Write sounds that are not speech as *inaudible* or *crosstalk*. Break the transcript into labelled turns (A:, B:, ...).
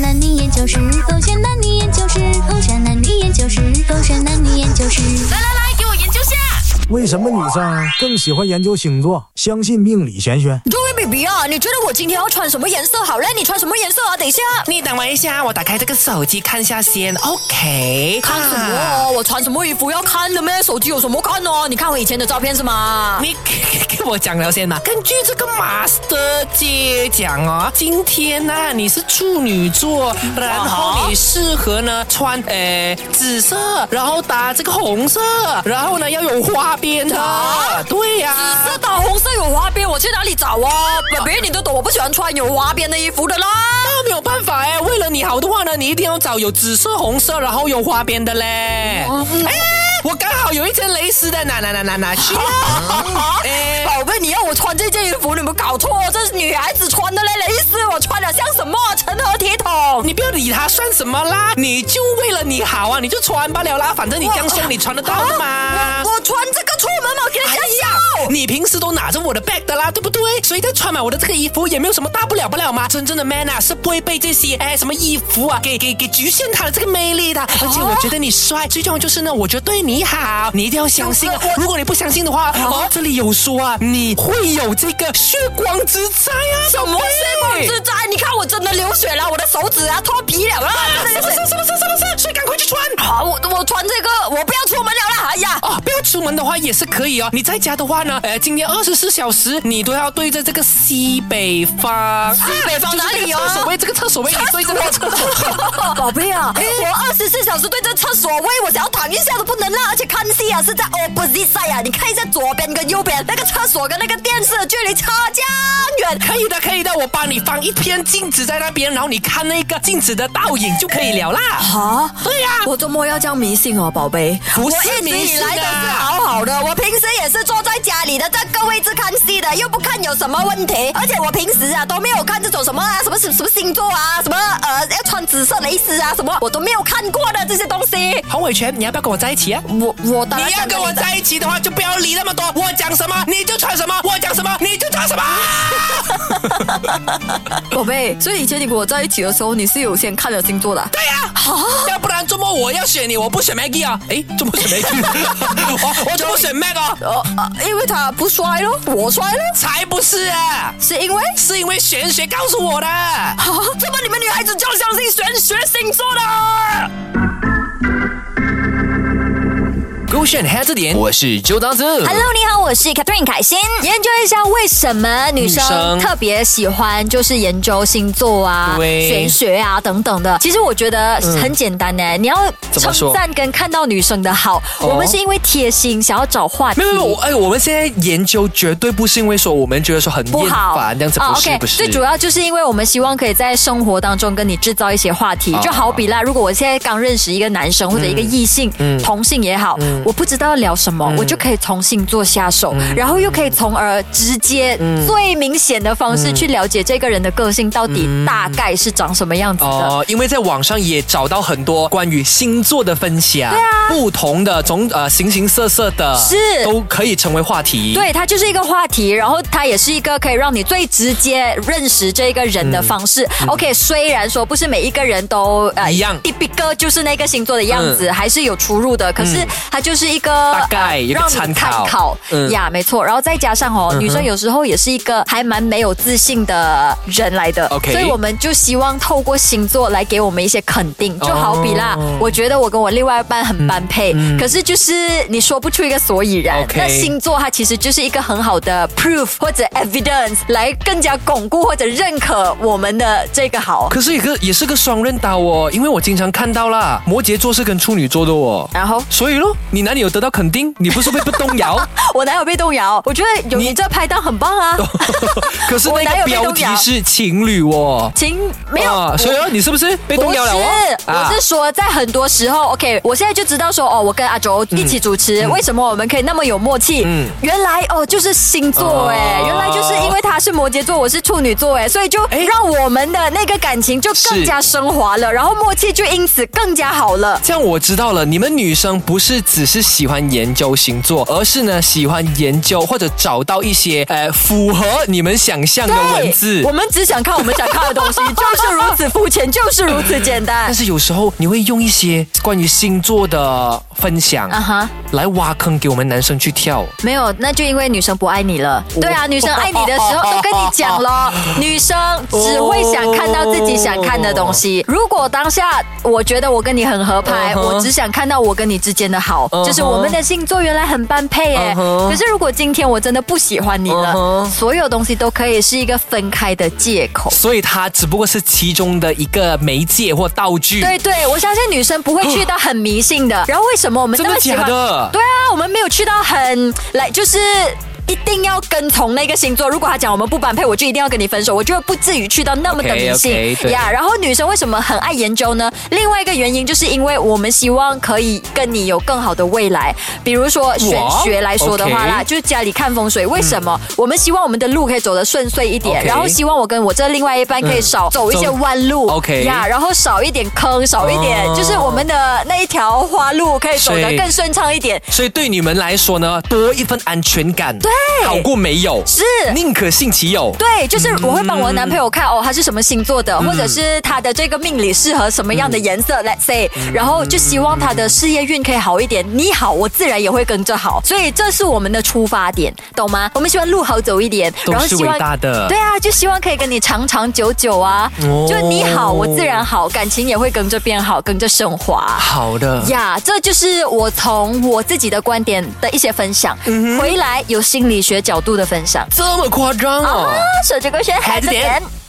A: 男女研究室，狗血男女研究室，狗血男女研究室，狗血男女研究室。
B: 来来来，给我研究下。
C: 为什么女生更喜欢研究星座，相信命理玄学？
D: 各位 baby 啊，你觉得我今天要穿什么颜色好嘞？你穿什么颜色啊？等一下，
B: 你等我一下，我打开这个手机看一下先。OK，
D: 看什么、
B: 啊
D: 啊？我穿什么衣服要看的咩？手机有什么看哦？你看我以前的照片是吗？
B: 你跟我讲了先呐、根据这个 Master 姐讲哦，今天呢、你是处女座，然后你适合呢穿呃紫色，然后搭这个红色，然后呢要有花边的。
D: 啊
B: 对呀、
D: 这大红色有花边，我去哪里找啊？baby，你都懂，我不喜欢穿有花边的衣服的啦。
B: 那没有办法哎，为了你好的话呢，你一定要找有紫色、红色，然后有花边的嘞。哎，我刚好有一件蕾丝的，拿拿拿拿拿去。哎
D: 宝啊贝，你要我穿这件衣服，你们搞错，这是女孩子穿的嘞，蕾丝，我穿的像什么？啊成何体统？
B: 你不要理他，算什么啦？你就为了你好啊，你就穿罢了啦，反正你这样凶，你穿得到的嘛。
D: 啊我穿这个出门吗？我给人家笑。
B: 你平时都拿着我的 bag 的啦，对不对？所以再穿满我的这个衣服也没有什么大不了不了嘛。真正的 man 啊，是不会被这些哎什么衣服啊给给给局限他的这个魅力的。而且我觉得你帅，最重要就是呢，我觉得对你好，你一定要相信啊
D: 我我。
B: 如果你不相信的话，哦，这里有说啊，你会有这个血光之灾啊。什么血光
D: 自在，你看我真的流血了，我的手指啊脱皮了啦！真
B: 什
D: 的
B: 么
D: 是
B: 什么什么什么什么什么？所以赶快去穿。
D: 啊，我我穿这个，我不要出门了啦！哎呀，
B: 哦，不要出门的话也是可以哦。你在家的话呢，呃，今天二十四小时你都要对着这个西北方，西
D: 北方哪里哦
B: 厕所位，这个厕所位，你对着那个厕所。
D: 宝贝啊， *laughs* 我二十四小时对着厕所位，我想要躺一下都不能啦！而且看戏啊是在 opposite side 啊，你看一下左边跟右边，那个厕所跟那个电视的距离差这样远。
B: 可以的，可以的，我帮你放一片镜子在那边，然后你看那个镜子的倒影就可以了啦。 *laughs*
D: 啊，
B: 对呀、
D: *laughs* 我周末要这样迷信哦，宝贝。
B: 不是
D: 我一直
B: 迷
D: 以
B: 信啊
D: 来
B: 的
D: 都是好好的，我平时也是坐在家里的这个位置看戏的，又不看有什么问题。而且我平时啊都没有看这种什么啊什么什么什么星座啊什么呃要穿紫色蕾丝啊什么，我都没有看过的这些东西。
B: 洪伟全，你要不要跟我在一起啊？
D: 我我当然
B: 你要
D: 想
B: 跟我
D: 你的
B: 在一起的话，就不要理那么多。我讲什么你就穿什么，我讲什么你就穿什么。
D: 宝贝，所以以前你跟我在一起的时候，你是有先看了星座的啊、
B: *laughs* 对呀、 *laughs* 要不然周末我要选你，我不选 Maggie 啊。诶，周末选 Maggie，我我周末选 Mag 哦，
D: 哦、啊因为他不帅咯，我帅咯，
B: 才不是啊，
D: 是因为
B: 是因为玄学告诉我的。
D: 啊，怎么你们女孩子就相信玄学星座的？
B: 勾选黑字点，我是周当子。
E: Hello，你好，我是 Catherine 凯欣。研究一下为什么女
B: 女生
E: 生特别喜欢就是研究星座啊、
B: 对嗯
E: 玄学啊等等的。其实我觉得很简单呢、你要
B: 怎么
E: 称
B: 说
E: 赞跟看到女生的好，
B: 哦
E: 我们是因为贴心，想要找话题。
B: 没有没有，我哎，我们现在研究绝对不是因为说我们觉得说很
E: 不
B: 厌
E: 好
B: 烦这样子，
E: 啊
D: 哦
B: 不是
E: OK，
B: 不是。
E: 最主要就是因为我们希望可以在生活当中跟你制造一些话题，
B: 啊嗯
E: 就好比啦，如果我现在刚认识一个男生或者一个异性、同性也好，我不知道要聊什么，我就可以从星座下手，
B: 嗯
E: 然后又可以从而直接最明显的方
B: 嗯
E: 式去了解这个人的个性到底大概是长什么样子的。
B: 哦，因为在网上也找到很多关于星座的分享，对啊，不同的种呃形形色色的，
E: 是
B: 都可以成为话题。
E: 对，它就是一个话题，然后它也是一个可以让你最直接认识这个人的方式。OK，虽然说不是每一个人都呃
B: 嗯一样嗯
E: 一比个就是那个星座的样子，还是有出入的，可是它就是一个
B: 大概
E: 呃
B: 有个
E: 让你
B: 参
E: 参
B: 考
E: 考
B: 嗯
E: 呀，没错。然后再加上哦，女生有时候也是一个还蛮没有自信的人来的
B: OK
E: 所以我们就希望透过星座来给我们一些肯定，就好比啦
B: 哦嗯
E: 我觉得我跟我另外一半很般配，可是就是你说不出一个所以然。
B: OK
E: 那星座它其实就是一个很好的 proof 或者 evidence 来更加巩固或者认可我们的这个好。
B: 可是也个也是个双刃刀哦，因为我经常看到啦，摩羯座是跟处女座的哦，
E: 然后
B: 所以咯，你哪里有得到肯定，你不是会被动
E: *laughs*
B: 摇？
E: 我哪有被动摇？我觉得有
B: 你
E: 你这拍档很棒
B: 哦
E: 啊，
B: 可是
E: 我哪
B: 那个
E: 有被
B: 标
E: 动
B: 题
E: 摇
B: 是情侣哦，
E: 请没有。
B: 啊所以哦，你是不是被动
E: 不是，
B: 摇了哦？啊
E: 我是说，在很多时候，OK，我现在就知道说，哦，我跟阿卓一起主持，为什么我们可以那么有默契？
B: 嗯
E: 原来哦，就是星座哎、
B: 哦
E: 原来就是因为他是摩羯座，我是处女座哎，所以就让我们的那个感情就更加升华了，然后默契就因此更加好了。
B: 这样我知道了，你们女生不是只是喜欢研究星座，而是呢喜欢研究或者找到一些呃符合你们想象的文字
E: 我。们只想看我们想看的东西，就是如此肤浅，就是如此简单
B: 但。是有时候你会用一些关于星座的分享
E: *laughs* 啊哈
B: 来挖坑给我们男生去跳。
E: 没有，那就因为女生不爱你了。对啊，女生爱你的时候都跟你讲 *laughs* 了，女生只会想看到自己想看的东西。如果当下我觉得我跟你很合拍
B: 嗯哼
E: 我只想看到我跟你之间的好
B: 嗯哼
E: 就是我们的星座原来很般配耶。
B: 嗯哼
E: 可是如果今天我真的不喜欢你了
B: 嗯哼
E: 所有东西都可以是一个分开的借口。
B: 所以它只不过是其中的一个媒介或道具。
E: 对对，我相信女生不会去到很迷信的。然后为什么我们
B: 哦真
E: 那
B: 的
E: 么喜欢？
B: 假的
E: 对啊，我们没有去到很来，就是。一定要跟从那个星座。如果他讲我们不般配，我就一定要跟你分手，我就不至于去到那么的迷
B: OK，OK，
E: 信
B: 对
E: 呀。然后女生为什么很爱研究呢？另外一个原因就是因为我们希望可以跟你有更好的未来。比如说玄
B: 哇
E: 学来说的话啦，
B: OK 嗯
E: 就是家里看风水，为什么我们希望我们的路可以走得顺遂一点，
B: OK
E: 然后希望我跟我这另外一半可以
B: 嗯
E: 少走一些
B: 走
E: 弯路
B: OK
E: 呀，然后少一点坑，少一点，
B: 哦
E: 就是我们的那一条花路可以走得
B: 是
E: 更顺畅一点。
B: 所以对你们来说呢，多一份安全感，对，好过没有，
E: 是
B: 宁可信其有。
E: 对，就是
B: 嗯
E: 我会帮我男朋友看哦，他是什么星座的，或者是他的这个命理适合什么样的
B: 嗯
E: 颜色、l e t s say，然后就希望他的事业运可以好一点。你好，我自然也会跟着好，所以这是我们的出发点，懂吗？我们希望路好走一点，
B: 都
E: 然后
B: 是
E: 希望
B: 伟大的
E: 对啊，就希望可以跟你长长久久啊，
B: 哦
E: 就你好，我自然好，感情也会跟着变好，跟着升华。
B: 好的，
E: *laughs* 呀这就是我从我自己的观点的一些分享，
B: 嗯
E: 回来有心理学角度的分享。
B: 这么夸张哦。
E: 啊，手指勾选孩
B: 孩
E: 子
B: 子
E: 点
B: 点。